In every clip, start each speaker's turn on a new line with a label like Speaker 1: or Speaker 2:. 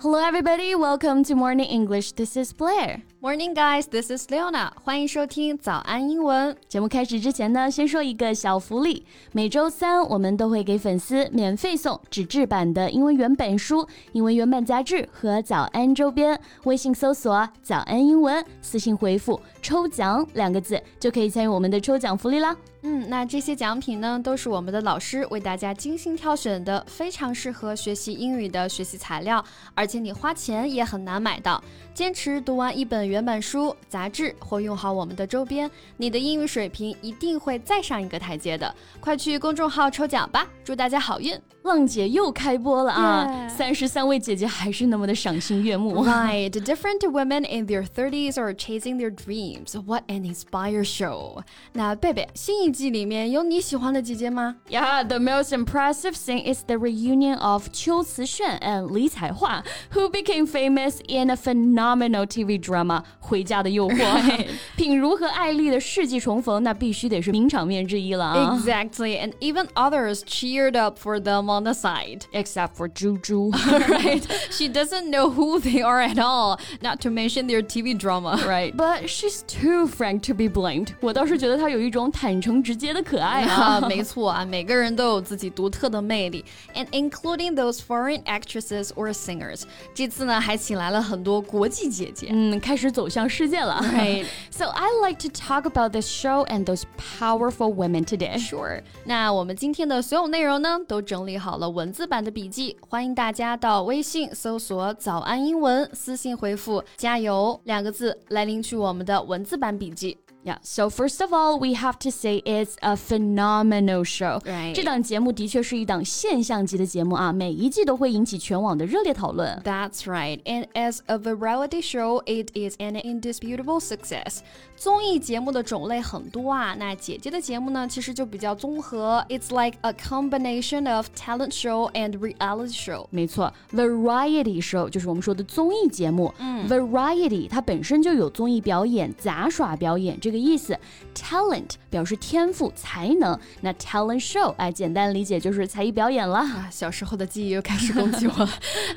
Speaker 1: Hello, everybody. Welcome to Morning English. This is Blair.
Speaker 2: Morning, guys. This is Leona. 欢迎收听早安英文。
Speaker 1: 节目开始之前呢，先说一个小福利。每周三我们都会给粉丝免费送纸质版的英文原本书、英文原版杂志和早安周边。微信搜索“早安英文”，私信回复“抽奖”两个字，就可以参与我们的抽奖福利啦。
Speaker 2: 嗯，那这些奖品呢，都是我们的老师为大家精心挑选的，非常适合学习英语的学习材料，而且你花钱也很难买到。坚持读完一本原版书、杂志，或用好我们的周边，你的英语水平一定会再上一个台阶的。快去公众号抽奖吧，祝大家好运！
Speaker 1: 浪姐又开播了啊！
Speaker 2: Yeah
Speaker 1: 三十三位姐姐还是那么的赏心悦目。
Speaker 2: Right, different women in their 30s are chasing their dreams. What an inspire show! 那贝贝，新一季里面有你喜欢的姐姐吗？
Speaker 1: Yeah, the most impressive thing is the reunion of Qiu Cixuan and Li Caihua, who became famous in a phenomenal TV drama《回家的诱惑》。 品如和艾丽的世纪重逢，那必须得是名场面之一了啊。
Speaker 2: Exactly, and even others cheered up for them on the side.
Speaker 1: Except for 猪猪
Speaker 2: Right? she doesn't know who they are at all, not to mention their TV drama.
Speaker 1: right? But she's too frank to be blamed. 我倒是觉得她有一种坦诚直接的可 爱
Speaker 2: Ah,
Speaker 1: 啊。
Speaker 2: 啊，没错啊，每个人都有自己独特的魅力，and including those foreign actresses or singers. 这次呢，还请来了很多国际姐姐。
Speaker 1: 嗯，开始走向世界了。
Speaker 2: Right.
Speaker 1: So I like to talk about this show and those powerful women today.
Speaker 2: Sure，那我们今天的所有内容呢，都整理好了文字版的笔记，欢迎大家到微信搜索“早安英文”，私信回复“加油”两个字来领取我们的文字版笔记。
Speaker 1: Yeah, so first of all, we have to say it's a phenomenal show.
Speaker 2: Right.
Speaker 1: 这档节目的确是一档现象级的节目啊，每一季都会引起全网的热烈讨论。
Speaker 2: That's right, and as a variety show, it is an indisputable success. 综艺节目的种类很多啊，那姐姐的节目呢，其实就比较综合。It's like a combination of talent show and reality show.
Speaker 1: 没错，variety show 就是我们说的综艺节目。variety
Speaker 2: 嗯
Speaker 1: 它本身就有综艺表演、杂耍表演这个意思。Talent 表示天赋、才能，那 talent show 哎，简单理解就是才艺表演了。
Speaker 2: 啊，小时候的记忆又开始攻击我。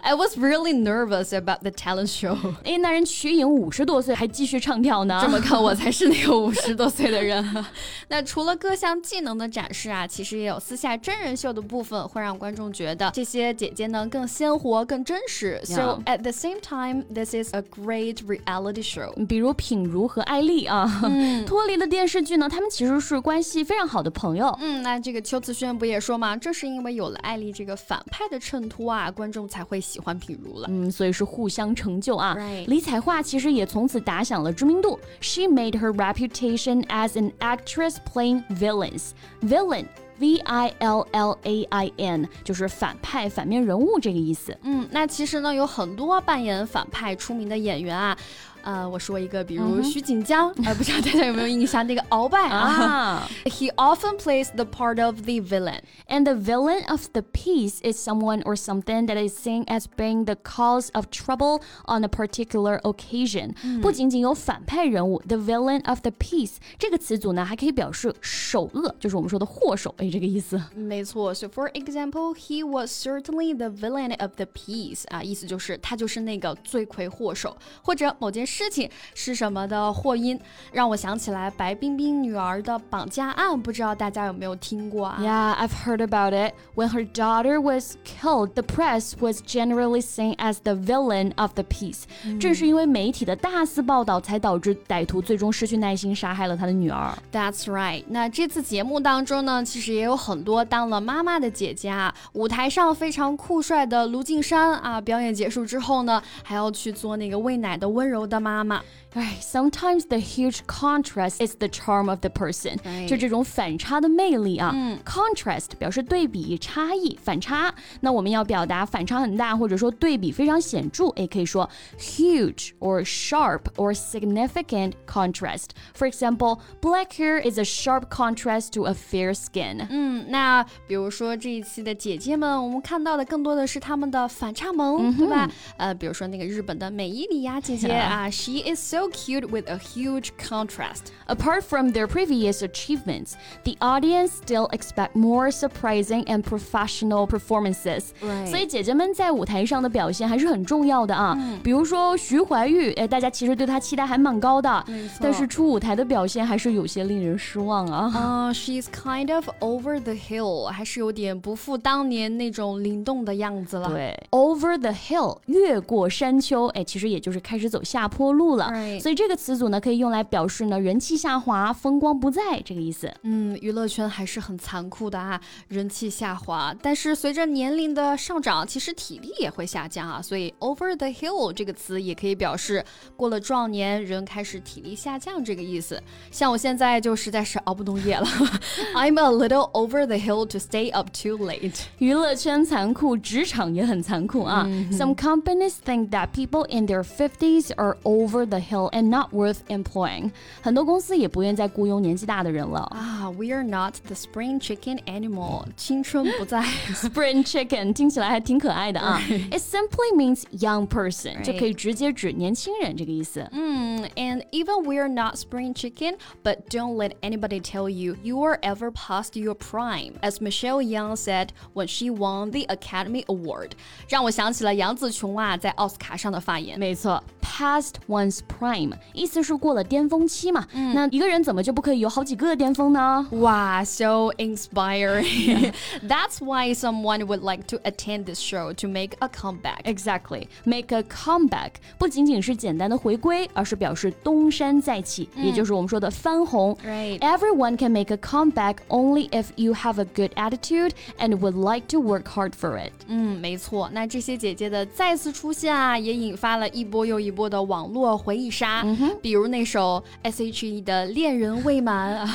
Speaker 2: I was really nervous about the talent show
Speaker 1: 哎，那人瞿颖五十多岁还继续唱跳呢。
Speaker 2: 这么看，我才是那个五十多岁的人。啊 那除了各项技能的展示啊，其实也有私下真人秀的部分，会让观众觉得这些姐姐呢更鲜活、更真实。So
Speaker 1: Yeah.
Speaker 2: at the same time, this is a great reality show.
Speaker 1: 比如品如和艾丽啊， 脱离了电视剧呢，他们其实是关系非常好的朋友。
Speaker 2: 嗯，那这个邱慈炫不也说嘛，正是因为有了艾丽这个反派的衬托啊，观众才会喜欢品如了。
Speaker 1: 嗯，所以是互相成就啊。
Speaker 2: Right
Speaker 1: 李彩桦其实也从此打响了知名度。She made her reputation as an actress playing villains. Villain, V I L L A I N，就是反派、反面人物这个意思。
Speaker 2: 嗯，那其实呢，有很多扮演反派出名的演员啊，呃，我说一个，比如徐锦江，呃，不知道大家有没有印象那个鳌拜啊、
Speaker 1: 啊
Speaker 2: h e often plays the part of the villain。
Speaker 1: ，and the villain of the piece is someone or something that is seen as being the cause of trouble on a particular occasion。不仅仅有反派人物，the villain of the piece 这个词组呢，还可以表示首恶，就是我们说的祸首，哎，这个意思。
Speaker 2: 没错，so for example, he was certainly the villain of the piece 啊，意思就是他就是那个罪魁祸首，或者某件事情是什么的祸因，让我想起来白冰冰女儿的绑架案，不知道大家有没有听过啊？
Speaker 1: Yeah, I've heard about it. When her daughter was killed, the press was generally seen as the villain of the piece. 正是因为媒体的大肆报道，才导致歹徒最终失去耐心，杀害了他的女儿。
Speaker 2: That's right。那这次节目当中呢，其实也有很多当了妈妈的姐姐啊。舞台上非常酷帅的卢靖姗啊，表演结束之后呢，还要去做那个喂奶的温柔的妈妈。
Speaker 1: 唉，sometimes the huge contrast is the charm of the person，、
Speaker 2: Right.
Speaker 1: 就这种反差的魅力啊。contrast 表示对比、差异、反差。那我们要表达反差很大，或者说对比非常显著，也可以说 huge or sharp or significant contrast. For example, black hair is a sharp contrast to a fair skin.
Speaker 2: 嗯，那比如说这一期的姐姐们，我们看嗯到的更多的是她们的反差萌，对吧？呃，比如说那个日本的美依礼芽姐姐啊， she is so cute with a huge contrast.
Speaker 1: Apart from their previous achievements, the audience still expect more surprising and professional performances.
Speaker 2: Right.
Speaker 1: 所以姐姐们在舞台上的表现还是很重要的啊。
Speaker 2: 嗯
Speaker 1: 比如说徐怀钰，哎，大家其实对她期待还蛮高的
Speaker 2: 没错，
Speaker 1: 但是出舞台的表现还是有些令人失望啊。
Speaker 2: Uh, she's kind of over the hill，还是有点不复当年那种灵动的样子了。
Speaker 1: 对，over the hill，越过山丘，哎，其实也就是开始走下坡路了。
Speaker 2: Right
Speaker 1: 所以这个词组呢，可以用来表示呢人气下滑、风光不再这个意思。
Speaker 2: 嗯，娱乐圈还是很残酷的啊，人气下滑，但是随着年龄的上涨，其实体力也会下降啊，所以 over the hill 这个词也可以表示过了壮年人开始体力下降这个意思。像我现在就实在是熬不动夜了 ，I'm a little over the hill to stay up too late。
Speaker 1: 娱乐圈残酷，职场也很残酷啊。Some companies think that people in their fifties are over the hill and not worth employing。很多公司也不愿再雇佣年纪大的人了。
Speaker 2: 啊、w e are not the spring chicken anymore，青春不 在。
Speaker 1: Spring chicken 听起来还挺可爱的啊。It simply means young person，就可以直接指年轻人这个意思。
Speaker 2: Mm, and even we're not spring chicken, but don't let anybody tell you you are ever past your prime. As Michelle Young said when she won the Academy Award. 让我想起了杨紫琼啊在奥斯卡上的发言。
Speaker 1: 没错，past one's prime，意思是过了巅峰期嘛。那一个人怎么就不可以有好几个巅峰呢？
Speaker 2: 哇，so inspiring! That's why someone would like to attend this show to make a comeback.
Speaker 1: Exactly, make a comeback 不仅仅是简单的回归，而是表示东山再起，也就是我们说的翻红。
Speaker 2: Right.
Speaker 1: Everyone can make a comeback only if you have a good attitude and would like to work hard for it.
Speaker 2: 嗯，没错。那这些姐姐的再次出现啊，也引发了一波又一波的网络回忆杀。比如那首 S.H.E 的《恋人未满》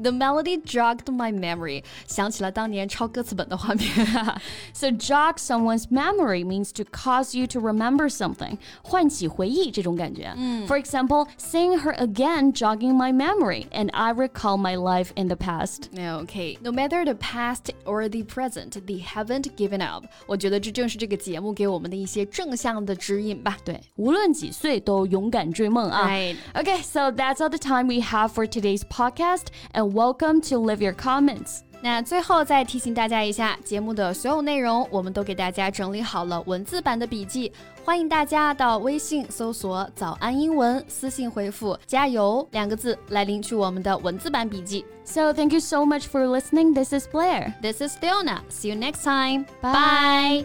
Speaker 2: ，The melody jogged my memory，想起了当年抄歌词本的画面。啊
Speaker 1: So jog someone's memory means to cause you to remember something，唤起回忆这种感觉。For example, seeing her again jogging my memory, and I recall my life in the past.
Speaker 2: Okay, no matter the past or the present, they haven't given up。我觉得这正是这个节目给我们的一些正向的指引吧。
Speaker 1: 对，无论几岁都勇敢追梦啊。
Speaker 2: Right.
Speaker 1: Okay, so that's all the time we have for today's podcast, and welcome to leave your comments.
Speaker 2: 那最后再提醒大家一下，节目的所有内容我们都给大家整理好了文字版的笔记，欢迎大家到微信搜索“早安英文”，私信回复“加油”两个字来领取我们的文字版笔记。
Speaker 1: So thank you so much for listening. This is Blair.
Speaker 2: This is Fiona. See you next time.
Speaker 1: Bye.
Speaker 2: Bye.